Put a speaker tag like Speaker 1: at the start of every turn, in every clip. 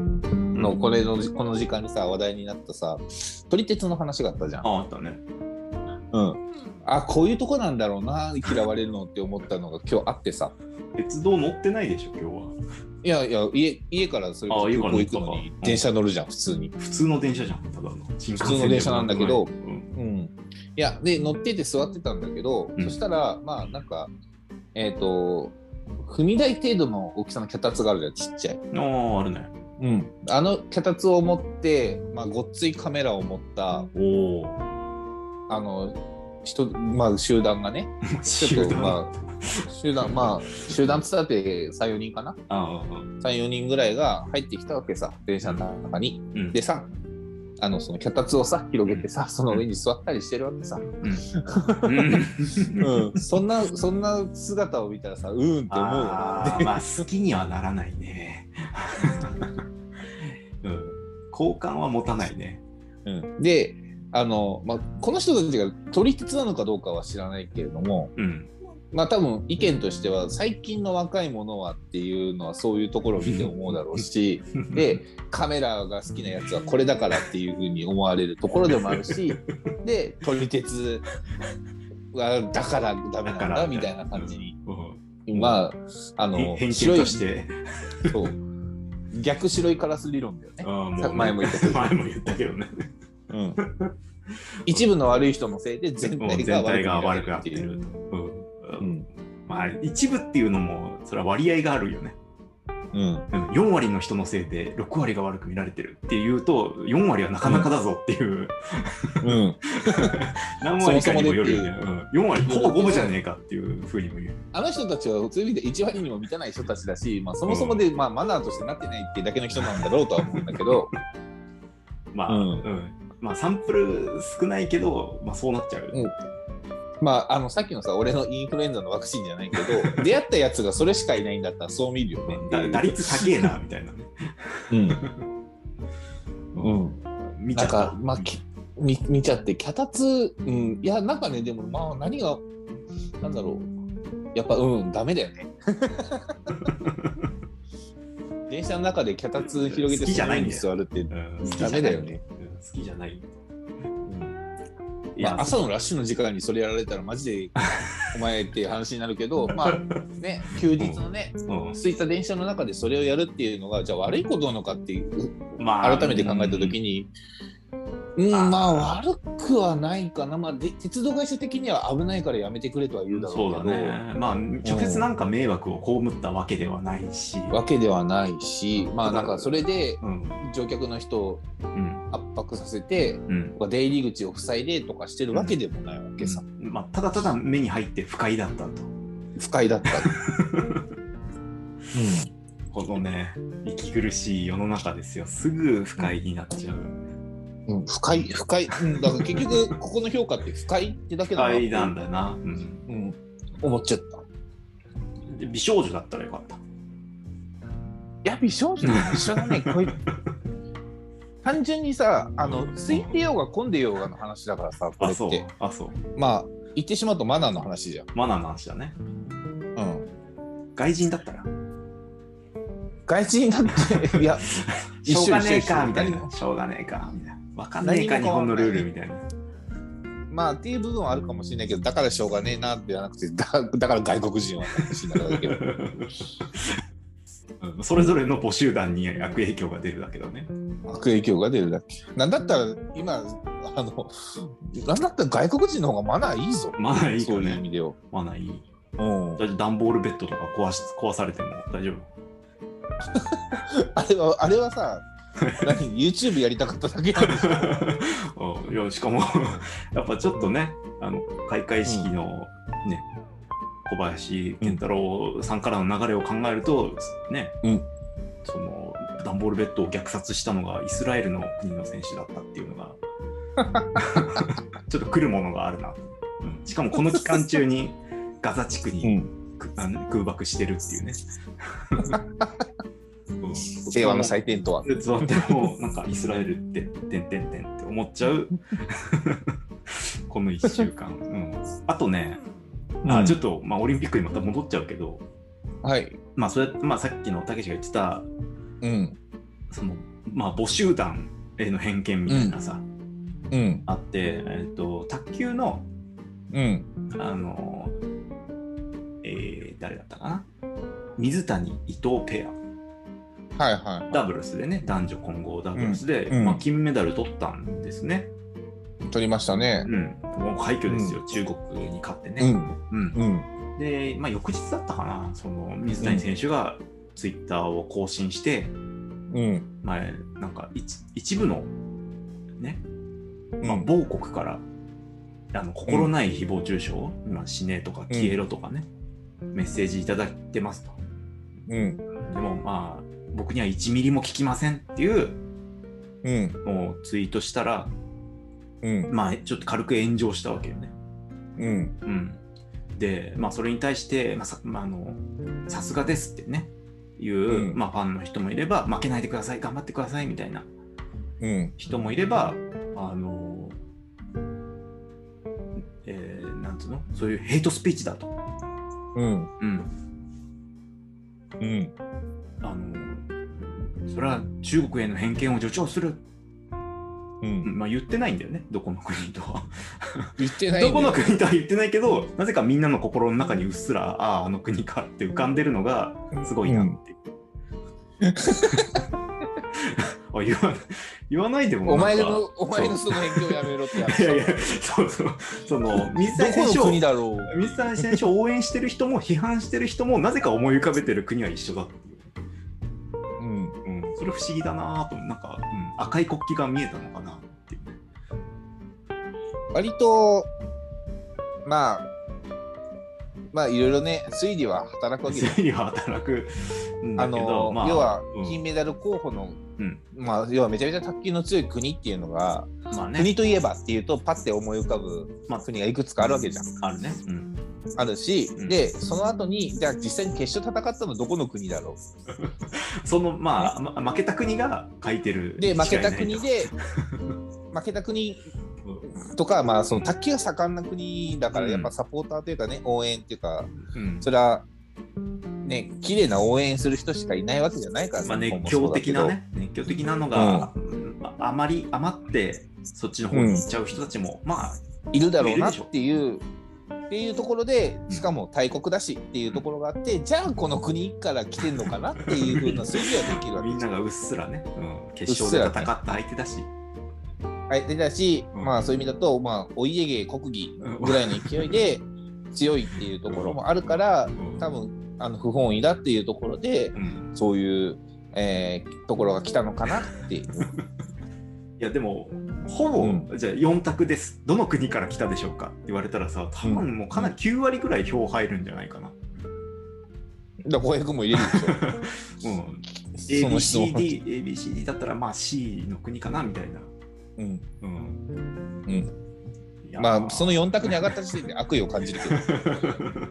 Speaker 1: のこれのこの時間にさ話題になったさ撮り鉄の話があったじゃん。
Speaker 2: ああったね。
Speaker 1: うん、あこういうとこなんだろうな嫌われるのって思ったのが今日あってさ
Speaker 2: 鉄道乗ってないでしょ、今日
Speaker 1: いやいや家家からそれこそ
Speaker 2: あ家から
Speaker 1: 空港行くのに
Speaker 2: 行くか
Speaker 1: 電車乗るじゃん普通に。
Speaker 2: は。普通の電車じゃん、ただの。普
Speaker 1: 通の電車なんだけど
Speaker 2: うん、
Speaker 1: うん、いやで乗ってて座ってたんだけど、
Speaker 2: うん
Speaker 1: そしたらまあなんかえっ、と踏み台程度の大きさの脚立があるじゃんちっちゃい、
Speaker 2: ああ、あるね。
Speaker 1: うん、あの脚立を持って、まあ、ごっついカメラを持った
Speaker 2: おお。
Speaker 1: あの人、まあ、集団がねちょっとまあ集団まあ集団つったって34人かな
Speaker 2: あ、ああ、
Speaker 1: 34人ぐらいが入ってきたわけさ電車の中に
Speaker 2: うん。
Speaker 1: でさあのその脚立をさ広げてさその上に座ったりしてるわけさ、
Speaker 2: うん。
Speaker 1: うん、そんなそんな姿を見たらさうーんって思うよな
Speaker 2: あーまあ好きにはならないね。 うん、好感は持たないね。
Speaker 1: うん、であの、まあ、この人たちが撮り鉄なのかどうかは知らないけれども
Speaker 2: うん。
Speaker 1: まあ多分意見としては最近の若いものはっていうのはそういうところを見て思うだろうしでカメラが好きなやつはこれだからっていうふうに思われるところでもある しで撮り鉄はだからダメなんだみたいな感じに。
Speaker 2: うん
Speaker 1: まああ
Speaker 2: へ
Speaker 1: の
Speaker 2: 偏見
Speaker 1: 白い
Speaker 2: として、
Speaker 1: そう逆白いカラス理論だよね
Speaker 2: あー。もうね
Speaker 1: さ前も言ったけど
Speaker 2: 前も言ったけどね。
Speaker 1: うん、一部の悪い人のせいで全
Speaker 2: うん
Speaker 1: 体
Speaker 2: 全
Speaker 1: が悪
Speaker 2: 体
Speaker 1: く
Speaker 2: が
Speaker 1: な
Speaker 2: 悪くな
Speaker 1: っ
Speaker 2: ってて
Speaker 1: いう。
Speaker 2: ると。う
Speaker 1: うんん
Speaker 2: まあ一部っていうのもそれは割合があるよね。
Speaker 1: うん
Speaker 2: うん4割の人のせいで6割が悪く見られてるっていうと4割はなかなかだぞっていう、
Speaker 1: うん、
Speaker 2: 何割かにもよるよね、
Speaker 1: そも
Speaker 2: うん、4割ほぼ五分じゃねえかっていうふうにも言う。
Speaker 1: あの人たちはそういう意味で1割にも満たない人たちだし、まあ、そもそもで、まあ、マナーとしてなってないってだけの人なんだろうとは思うんだけど、
Speaker 2: まあ、
Speaker 1: う
Speaker 2: うんんまあサンプル少ないけど、まあ、そうなっちゃう、
Speaker 1: うんまあ、あのさっきのさ俺のインフルエンザのワクチンじゃないけ ど出会ったやつがそれしかいないんだったらそう見るよねって
Speaker 2: だ
Speaker 1: いう。
Speaker 2: 打率高えなみたいなね、
Speaker 1: うんうん、
Speaker 2: 見ち
Speaker 1: な
Speaker 2: ゃ
Speaker 1: ん
Speaker 2: っ
Speaker 1: か
Speaker 2: た、
Speaker 1: まあ、き見見ちゃって脚立、うん、いやなんかねでもまあ何がなんだろうやっぱうんダメだよ ね電車の中で脚立広げて
Speaker 2: 好きじゃないんだよ
Speaker 1: その上に座るって
Speaker 2: うん
Speaker 1: ダメだよね、
Speaker 2: 好きじゃないうんい
Speaker 1: ま
Speaker 2: や、
Speaker 1: あ、朝のラッシュの時間にそれやられたらマジでお前っていう話になるけどまあね休日のね
Speaker 2: うん
Speaker 1: 空いた電車の中でそれをやるっていうのがじゃあ悪いことなのかっていう
Speaker 2: ま
Speaker 1: 改めて考えた時に、うん、
Speaker 2: あー
Speaker 1: まあ悪くはないかな、まあ、で鉄道会社的には危ないからやめてくれとは言うだろ
Speaker 2: そう
Speaker 1: う
Speaker 2: だ
Speaker 1: けど
Speaker 2: ねまあ直接なんか迷惑を被ったわけではないし、
Speaker 1: わけではないし、まあ、なんかそれで
Speaker 2: うん
Speaker 1: 乗客の人を
Speaker 2: うん
Speaker 1: 圧迫させて、
Speaker 2: うん
Speaker 1: とか出入り口を塞いでとかしてるわけでもないわけさ、
Speaker 2: まあ、ただただ目に入って不快だったと
Speaker 1: 不快だ ったり。
Speaker 2: このね息苦しい世の中ですよすぐ不快になっちゃう
Speaker 1: うんうん、不快不快、うん、だから結局ここの評価って不快ってだけ
Speaker 2: 不
Speaker 1: だな
Speaker 2: 快なんだな、うん
Speaker 1: うん、思っちゃったい
Speaker 2: で美少女だったらよかった。
Speaker 1: や美少女と一緒だ ねこい単純にさあの空いてようが混んでようがの話だからさこれ
Speaker 2: あ、
Speaker 1: っ
Speaker 2: そう
Speaker 1: て。
Speaker 2: あ、そう。
Speaker 1: まあ言ってしまうとマナーの話じゃん、
Speaker 2: マナーの話だね。
Speaker 1: うん、
Speaker 2: 外人だったら。
Speaker 1: 外人だって いや
Speaker 2: し
Speaker 1: 一
Speaker 2: ょ
Speaker 1: 緒
Speaker 2: うがねえか、
Speaker 1: 一緒
Speaker 2: みたい
Speaker 1: 一
Speaker 2: な。しょうがねえか、みたいな。わかんねえか、
Speaker 1: 何も変
Speaker 2: 日
Speaker 1: わ
Speaker 2: 本
Speaker 1: んな
Speaker 2: の
Speaker 1: い
Speaker 2: ルールみたいな。
Speaker 1: まあっていう部分はあるかもしれないけどだからしょうがねえなってじゃなくてだだから外国人はって話になるだけ ど
Speaker 2: うんそれぞれの母集団に悪影響が出るだけどね。
Speaker 1: 悪影響が出るだけなんだったら今あのなんだったら外国人の方がマナーいいぞ
Speaker 2: マナーいい
Speaker 1: そ
Speaker 2: よ
Speaker 1: ういう意
Speaker 2: ね。
Speaker 1: 味では、
Speaker 2: マナーいい。
Speaker 1: うん、
Speaker 2: だって段ボールベッドとか壊し壊されても大丈夫。
Speaker 1: あれはあれはさ何 YouTube やりたかっただけなんでしょ
Speaker 2: うんいや、しかも、やっぱちょっとね、あの、開会式のね、小林健太郎さんからの流れを考えると、ね、
Speaker 1: うん
Speaker 2: その、ダンボールベッドを虐殺したのがイスラエルの国の選手だったっていうのが、 ちょっと来るものがあるな。うんしかもこの期間中にガザ地区に
Speaker 1: ん、
Speaker 2: くあの空爆してるっ ていうね。うん
Speaker 1: 平和の祭典とは。
Speaker 2: 座ってもなんかイスラエルっててんてんてんって思っちゃうこの1週間、うん、あとね、あちょっと、まあ、オリンピックにまた戻っちゃうけど、
Speaker 1: はい、
Speaker 2: まあ、それまあさっきのたけしが言ってた
Speaker 1: うん、
Speaker 2: そのまあ、母集団への偏見みたいなさ、
Speaker 1: うん
Speaker 2: あって、えっと卓球の
Speaker 1: うん
Speaker 2: あのえー誰だったかな水谷伊藤ペア
Speaker 1: はいは
Speaker 2: ダブルスでね男女混合ダブルスで、
Speaker 1: うんうん
Speaker 2: まあ、金メダル取ったんですね、
Speaker 1: い取りましたね
Speaker 2: うん、もう快挙ですよ、中国に勝って
Speaker 1: う
Speaker 2: ね、
Speaker 1: ん
Speaker 2: うん
Speaker 1: うん
Speaker 2: で、まあ、翌日だったかなその水谷選手がツイッターを更新して、
Speaker 1: うん
Speaker 2: まあ、なんか一一部の、ねまあ、
Speaker 1: うん
Speaker 2: 某国から、あの心ない誹謗中傷、今死ねとか消えろとかね、メッセージいただいてますと。
Speaker 1: うん
Speaker 2: でもまあ僕には1ミリも聞きませんっていう
Speaker 1: うん
Speaker 2: もうツイートしたら、
Speaker 1: うん
Speaker 2: まあ、ちょっと軽く炎上したわけよね。
Speaker 1: うん
Speaker 2: うん、で、まあ、それに対して、まあさまあ、あのさすがですってねいう、
Speaker 1: うん
Speaker 2: まあ、ファンの人もいれば負けないでください頑張ってくださいみたいな
Speaker 1: うん
Speaker 2: 人もいればあのえーなんつうのそういうヘイトスピーチだと、
Speaker 1: うん
Speaker 2: うん、
Speaker 1: うん
Speaker 2: あのそれは中国への偏見を助長する、
Speaker 1: うん
Speaker 2: まあ、言ってないんだよねどこの国とは
Speaker 1: 言ってないんだ
Speaker 2: ど
Speaker 1: よ
Speaker 2: この国とは言ってないけどなぜかみんなの心の中にうっすらあああの国かって浮かんでるのがすごいなっていう。 あ言わ言わないでも
Speaker 1: お前
Speaker 2: なんか
Speaker 1: のお前のその影響やめろってやつ
Speaker 2: いやいや、そうそう、その、水
Speaker 1: ど
Speaker 2: 谷
Speaker 1: こ
Speaker 2: 選手
Speaker 1: の
Speaker 2: を、
Speaker 1: 国だろう
Speaker 2: 水谷選手を応援してる人も、批判してる人も、なぜか思い浮かべてる国は一緒だっていう。
Speaker 1: うん
Speaker 2: うん、それ不思議だなぁと、なんか、うん、赤い国旗が見えたのかなっていう。
Speaker 1: 割とまあまあいろいろね推理は働くわけです
Speaker 2: 推理は働くん
Speaker 1: あ
Speaker 2: だけど、
Speaker 1: の、
Speaker 2: まあ、
Speaker 1: 要は
Speaker 2: うん
Speaker 1: 金メダル候補の、
Speaker 2: うん
Speaker 1: まあ要はめちゃめちゃ卓球の強い国っていうのが、
Speaker 2: まあね、
Speaker 1: 国といえばっていうとパッて思い浮かぶ
Speaker 2: まあ
Speaker 1: 国がいくつかあるわけじゃん
Speaker 2: あるね。うん。
Speaker 1: あるし、
Speaker 2: うん
Speaker 1: でその後にじゃあ実際に決勝戦ったのどこの国だろ
Speaker 2: その、まあ、ま負けた国が書いてる。
Speaker 1: うで負けた
Speaker 2: 違いな
Speaker 1: 国
Speaker 2: いと、
Speaker 1: で負けた国
Speaker 2: うん
Speaker 1: とか、まあ、その卓球が盛んな国だから
Speaker 2: うん
Speaker 1: やっぱサポーターというかね応援っていうか
Speaker 2: うん
Speaker 1: それはね綺麗な応援する人しかいないわけじゃないから、
Speaker 2: まあ、
Speaker 1: 日
Speaker 2: 熱
Speaker 1: 本もそう
Speaker 2: 狂
Speaker 1: だけ
Speaker 2: 的
Speaker 1: ど
Speaker 2: なね熱狂的なのが、まああまり余ってそっちの方に行っちゃう人たちも、まあ
Speaker 1: いるだろうなっていう。っていうところでしかも大国だしっていうところがあって、じゃあこの国から来てんのかなっていうふうな推理はできるわ
Speaker 2: みん
Speaker 1: け
Speaker 2: ながうっすらね、うん、決勝で戦った相手だし、
Speaker 1: はい、でだし、
Speaker 2: うん
Speaker 1: まあそういう意味だと、まあ、お家芸国技
Speaker 2: うん
Speaker 1: ぐらいの勢いで強いっていうところもあるから
Speaker 2: うん
Speaker 1: 多分あの不本意だっていうところで
Speaker 2: うん
Speaker 1: そういう、えーところが来たのかなっていう。
Speaker 2: いやでもほぼ、
Speaker 1: う
Speaker 2: じゃあ4択ですどの国から来たでしょうかって言われたらさ多分もうかなり9割ぐらい票入るんじゃないかな、
Speaker 1: だから小平君も入 れる
Speaker 2: うん、
Speaker 1: でしょその質問。
Speaker 2: ABCDABCD だったらまあ C の国かなみたいな、
Speaker 1: うん
Speaker 2: うん
Speaker 1: うん、
Speaker 2: いや
Speaker 1: まあその4択に上がった時点で悪意を感じるけど。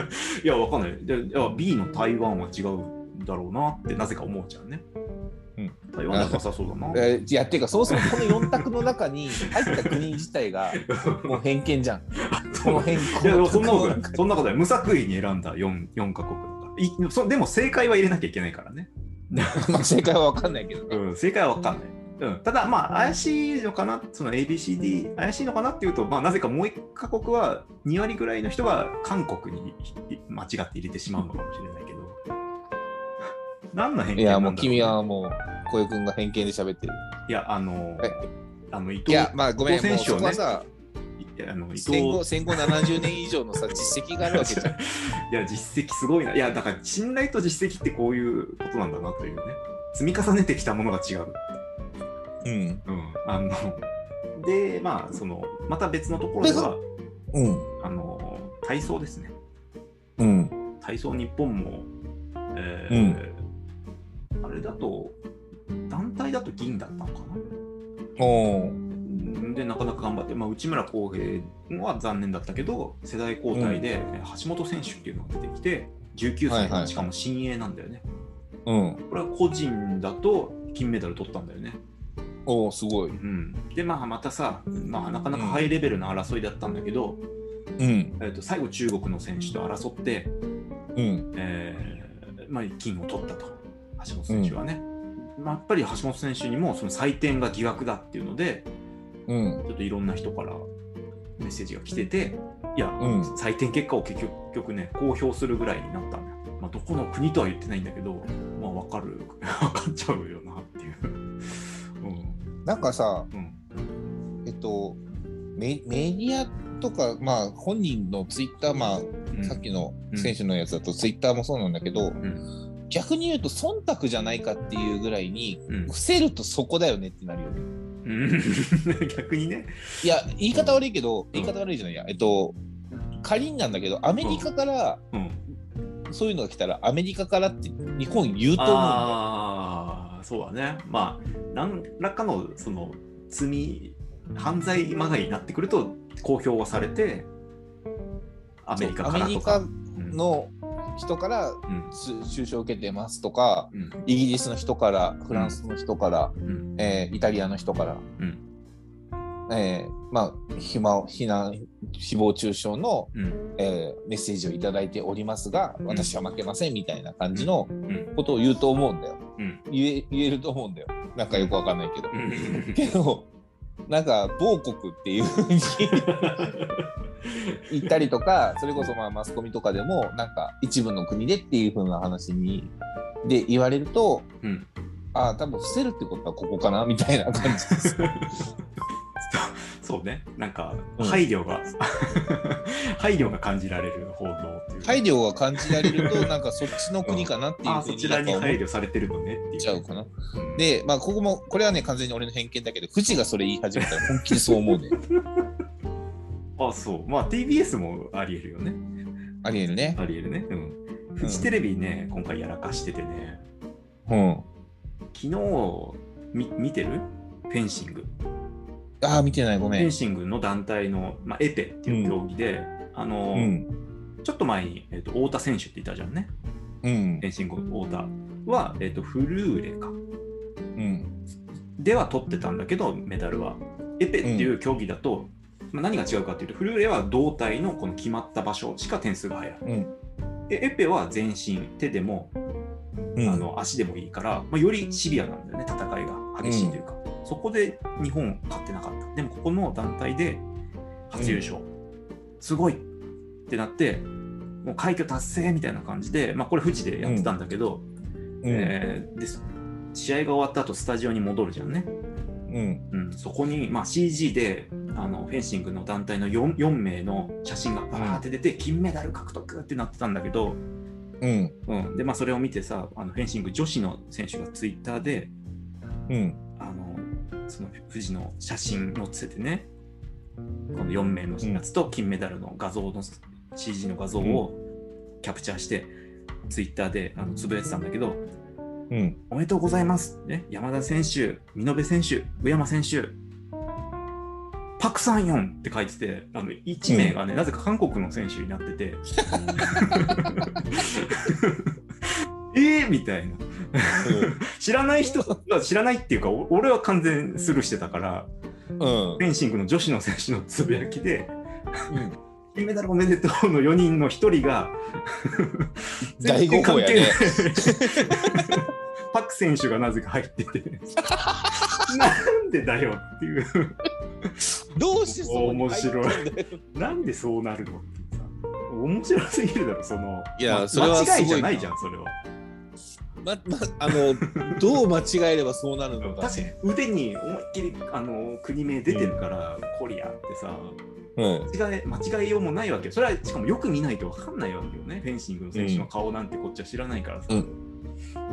Speaker 2: いや、わかんない。で、いや B の台湾は違うんだろうなって、なぜか思うじゃんね。
Speaker 1: うん、
Speaker 2: 台湾なんかさそうだな。
Speaker 1: えーいやっていうかそもそもこの4択の中に入った国自体がもう偏見じゃん。この偏
Speaker 2: いや、で
Speaker 1: 見
Speaker 2: もそんなことない。そんなことない。無作為に選んだ 4, 4カ国だからいそ。でも正解は入れなきゃいけないからね。
Speaker 1: まあ正解は分かんないけどね。
Speaker 2: うん、正解はわかんない。うん、ただ、まあ、怪しいのかな、その ABCD、怪しいのかなっていうと、まあ、なぜかもう1カ国は2割ぐらいの人が韓国にいい間違って入れてしまうのかもしれないけど。 何の偏
Speaker 1: い
Speaker 2: 見な
Speaker 1: や
Speaker 2: ん
Speaker 1: も
Speaker 2: だろう
Speaker 1: う
Speaker 2: ね
Speaker 1: 君はもう小平君が偏見で喋ってる。
Speaker 2: いや、あの
Speaker 1: はい、
Speaker 2: あの伊藤
Speaker 1: いやまあごめん、
Speaker 2: 伊藤
Speaker 1: もう
Speaker 2: 選手
Speaker 1: そ
Speaker 2: をね
Speaker 1: こはさ、
Speaker 2: いやあの伊藤
Speaker 1: 戦後戦後70年以上のさ実績があるわけじゃん。
Speaker 2: いや、実績すごいな。いや、だから信頼と実績ってこういうことなんだなというね。積み重ねてきたものが違う。
Speaker 1: うん
Speaker 2: うん。あの、で、まあ、その、また別のところでは、
Speaker 1: うん
Speaker 2: あの、体操ですね。
Speaker 1: うん
Speaker 2: 体操日本も、えーあれだと、団体だと銀だったのかな。
Speaker 1: おー
Speaker 2: でなかなか頑張って、まあ、内村航平は残念だったけど世代交代でえー橋本選手っていうのが出てきて19歳、
Speaker 1: はいはい
Speaker 2: しかも新鋭なんだよね
Speaker 1: うん
Speaker 2: これは個人だと金メダル取ったんだよね、
Speaker 1: おーすごい。
Speaker 2: うん、でまあまたさ、まあ、なかなかハイレベルな争いだったんだけど、
Speaker 1: うん
Speaker 2: えー、と最後中国の選手と争って、
Speaker 1: うん
Speaker 2: えーまあ、金を取ったと橋本選手はね、まあやっぱり橋本選手にもその採点が疑惑だっていうので、
Speaker 1: うん。
Speaker 2: ちょっといろんな人からメッセージが来てて、いや、
Speaker 1: うん
Speaker 2: 採点結果を結局ね、公表するぐらいになったんだよ。まあ、どこの国とは言ってないんだけど、まあ、分かる、 分かっちゃうよなっていう。うん
Speaker 1: なんかさ、
Speaker 2: うん
Speaker 1: えっと、メメディアとか、まあ、本人のツイッター、まあ、
Speaker 2: うん
Speaker 1: さっきの選手のやつだとツイッターもそうなんだけど、逆に言うと忖度じゃないかっていうぐらいに
Speaker 2: うん
Speaker 1: 伏せるとそこだよねってなるよね。
Speaker 2: うん 逆にね、
Speaker 1: いや言い方悪いけど言い方悪いじゃないや、えっと仮になんだけどアメリカから
Speaker 2: うん、
Speaker 1: そういうのが来たらアメリカからって日本言うと思うんだ
Speaker 2: ああそうだねまあ何らかのその罪犯罪まがいになってくると公表はされてアメリカからとか
Speaker 1: そうアメリカの人から
Speaker 2: うん
Speaker 1: つ中傷を受けてますとか
Speaker 2: うん
Speaker 1: イギリスの人からフランスの人から、
Speaker 2: うんうん
Speaker 1: えーイタリアの人から、
Speaker 2: うん
Speaker 1: えーまあひま非難誹謗中傷の、
Speaker 2: うん
Speaker 1: えーメッセージを頂だいておりますが
Speaker 2: ん
Speaker 1: 私は負けませんみたいな感じの
Speaker 2: うん
Speaker 1: ことを言うと思うんだよ
Speaker 2: うん
Speaker 1: 言え言えると思うんだよなんかよくわかんないけど
Speaker 2: う。ん
Speaker 1: けどなんか某国っていう ふうに言ったりとかそれこそまあマスコミとかでもなんか一部の国でっていうふうな話にで言われると
Speaker 2: うん
Speaker 1: ああ多分伏せるってことはここかなみたいな感じです。
Speaker 2: そうねなんか
Speaker 1: うん
Speaker 2: 配慮が 配慮が感じられる報道っていう
Speaker 1: 配慮が感じられるとなんかそっちの国かなっていう
Speaker 2: ああ
Speaker 1: ふう
Speaker 2: そ
Speaker 1: に
Speaker 2: ち
Speaker 1: な
Speaker 2: ら
Speaker 1: んか
Speaker 2: に
Speaker 1: 思
Speaker 2: 配
Speaker 1: っ
Speaker 2: 慮されてるのねっていう
Speaker 1: ちゃうかな。
Speaker 2: うん
Speaker 1: でまあここもこれはね完全に俺の偏見だけど富士がそれ言い始めたら本気でそう思うね。
Speaker 2: あそうまあ TBS もありえるよね
Speaker 1: ありえるね。
Speaker 2: ありえるねうんフジテレビね、今回やらかしててね
Speaker 1: うん、
Speaker 2: 昨日み見てるフェンシング
Speaker 1: ああ見てないご
Speaker 2: フ
Speaker 1: め
Speaker 2: ェン
Speaker 1: ん。
Speaker 2: シングの団体の、まあ、エペっていう競技で、あの、
Speaker 1: うん
Speaker 2: ちょっと前に、えっと太田選手っていたじゃんね
Speaker 1: うん
Speaker 2: フェンシングの太田は、えっとフルーレか
Speaker 1: うん
Speaker 2: では取ってたんだけどメダルはエペっていう競技だと、まあ、何が違うかっていうとフルーレは胴体のこの決まった場所しか点数が入らない
Speaker 1: うん
Speaker 2: でエペは全身手でも
Speaker 1: うん
Speaker 2: あの足でもいいから、まあ、よりシビアなんだよね戦いが激しいというか、そこで日本勝ってなかったでもここの団体で初優勝、すごいってなってもう快挙達成みたいな感じで、まあ、これ富士でやってたんだけど、
Speaker 1: うん
Speaker 2: えーです試合が終わった後スタジオに戻るじゃんね、
Speaker 1: うん
Speaker 2: うん、そこに、まあ、CG であのフェンシングの団体の 4, 4名の写真がバーって出て金メダル獲得ってなってたんだけど、
Speaker 1: うん
Speaker 2: うん、でまあそれを見てさあのフェンシング女子の選手がツイッターで
Speaker 1: うん
Speaker 2: あのその富士の写真載せてねこの4名のやつと金メダルの画像の CG の画像をキャプチャーして、ツイッターであのつぶやいてたんだけど
Speaker 1: うん
Speaker 2: 「おめでとうございます」ね、山田選手見延選手上山選手パク・サンヨンって書いててあの1名がね、なぜか韓国の選手になっててえーみたいな。知らない人は知らないっていうかお俺は完全スルーしてたから
Speaker 1: うん
Speaker 2: フェンシングの女子の選手のつぶやきで
Speaker 1: うん
Speaker 2: 「金メダルおめでとう」の4人の1人が
Speaker 1: 大
Speaker 2: 全然
Speaker 1: 誤報
Speaker 2: 関
Speaker 1: や
Speaker 2: 係な
Speaker 1: ね
Speaker 2: い パク選手がなぜか入ってて なんでだよっていう
Speaker 1: どうしてそう
Speaker 2: 面白い
Speaker 1: い
Speaker 2: なんでそうなるのっていうさ面白すぎるだろその
Speaker 1: いや
Speaker 2: ま
Speaker 1: それはすごいな
Speaker 2: 間違いじゃないじゃんそれは
Speaker 1: ままあのどう間違えればそうなるのか
Speaker 2: 確かに腕に思いっきりあの国名出てるから、コリアってさ
Speaker 1: うん
Speaker 2: 間違え間違いようもないわけよそれはしかもよく見ないと分かんないわけよねフェンシングの選手の顔なんてこっちは知らないからさ、
Speaker 1: うん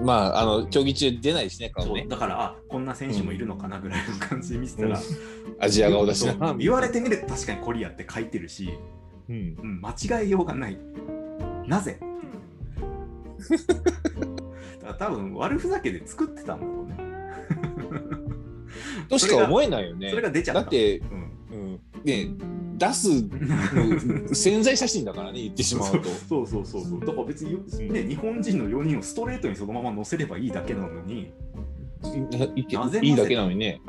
Speaker 1: まああの競技中出ないしね
Speaker 2: そ
Speaker 1: 顔
Speaker 2: う
Speaker 1: ね
Speaker 2: だからあこんな選手もいるのかなぐらいの感じで見せたら、
Speaker 1: アジア顔だし
Speaker 2: そ
Speaker 1: な
Speaker 2: う言われてみると確かにコリアって書いてるし、
Speaker 1: うん
Speaker 2: うん、間違えようがない なぜだから多分悪ふざけで作ってたんだろうね
Speaker 1: としか思えないよね
Speaker 2: それが出ちゃった
Speaker 1: だって
Speaker 2: うん
Speaker 1: う んね出すうん潜在写真だ からね言ってしまうと
Speaker 2: そうそうそうそうだから別によ、ね、日本人の4人をストレートにそのまま乗せればいいだけなのに
Speaker 1: いい
Speaker 2: なぜ
Speaker 1: いいだけなのにね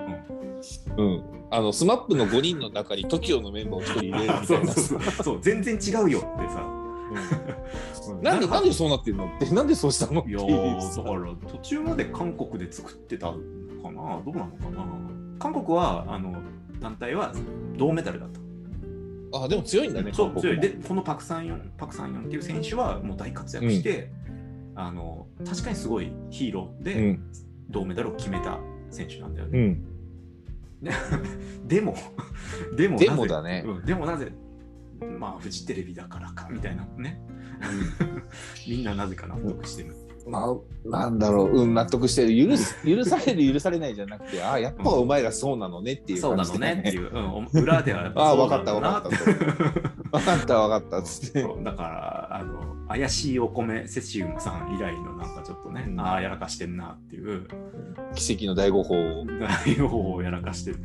Speaker 1: うんあのスマップの5人の 中に TOKIO のメンバーを1人入れるみたいな
Speaker 2: そうそうそうそう全然違うよってさ
Speaker 1: うん
Speaker 2: うん
Speaker 1: なんでなんでそうなってるの ってなんでそうしたのって
Speaker 2: い
Speaker 1: い
Speaker 2: や
Speaker 1: う
Speaker 2: ー
Speaker 1: さ
Speaker 2: だから途中まで韓国で作ってたのかなどうなのかな韓国はあの団体は銅メダルだった。
Speaker 1: あでも強いんだね
Speaker 2: そう
Speaker 1: 韓国
Speaker 2: 強い
Speaker 1: も
Speaker 2: でこのパク・サンヨンパク・サンヨンっていう選手はもう大活躍して、あの確かにすごいヒーロー
Speaker 1: う
Speaker 2: で
Speaker 1: ん
Speaker 2: 銅メダルを決めた選手なんだよ
Speaker 1: う
Speaker 2: ね。
Speaker 1: ん
Speaker 2: でもでも
Speaker 1: で
Speaker 2: な
Speaker 1: も
Speaker 2: ぜ
Speaker 1: だね
Speaker 2: うん、でもなぜまあフジテレビだからかみたいなね みんななぜか納得してる。
Speaker 1: まあなんだろううん納得してる許す許される許されないじゃなくてあやっぱお前らそうなのねっていう
Speaker 2: そう
Speaker 1: 感
Speaker 2: な
Speaker 1: じ
Speaker 2: の
Speaker 1: だよ
Speaker 2: ね っていう、うん、お裏ではや
Speaker 1: あ
Speaker 2: っぱ
Speaker 1: あ
Speaker 2: そ
Speaker 1: 分
Speaker 2: うな
Speaker 1: かっ
Speaker 2: ん
Speaker 1: た
Speaker 2: だ
Speaker 1: 分か
Speaker 2: なっ
Speaker 1: ってた分かった分かったっつって
Speaker 2: そうだからあの怪しいお米セシウムさん以来のなんかちょっとね、
Speaker 1: うん
Speaker 2: ああやらかしてんなっていう
Speaker 1: 奇跡の第五法を
Speaker 2: 内容をやらかしてる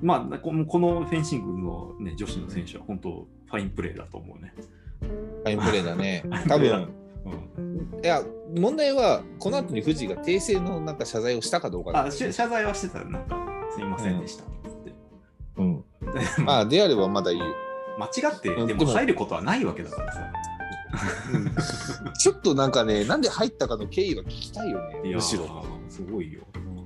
Speaker 2: まあこのこのフェンシングの、ね、女子の選手は本当ファインプレーだと思うね、
Speaker 1: ファインプレーだ ね
Speaker 2: イン
Speaker 1: 多
Speaker 2: プレーだ
Speaker 1: 分
Speaker 2: うん、
Speaker 1: いや問題はこの後に富士が訂正のなんか謝罪をしたかどうかだ
Speaker 2: あし謝罪はしてたなんかすいませんでしたって、
Speaker 1: うん、まあであればまだいいよ
Speaker 2: 間違って
Speaker 1: うん
Speaker 2: で
Speaker 1: で
Speaker 2: も
Speaker 1: も
Speaker 2: 入ることはないわけだからさ
Speaker 1: ちょっとなんかねなんで入ったかの経緯は聞きたいよね
Speaker 2: いやー
Speaker 1: むしろ
Speaker 2: すごいよ、うん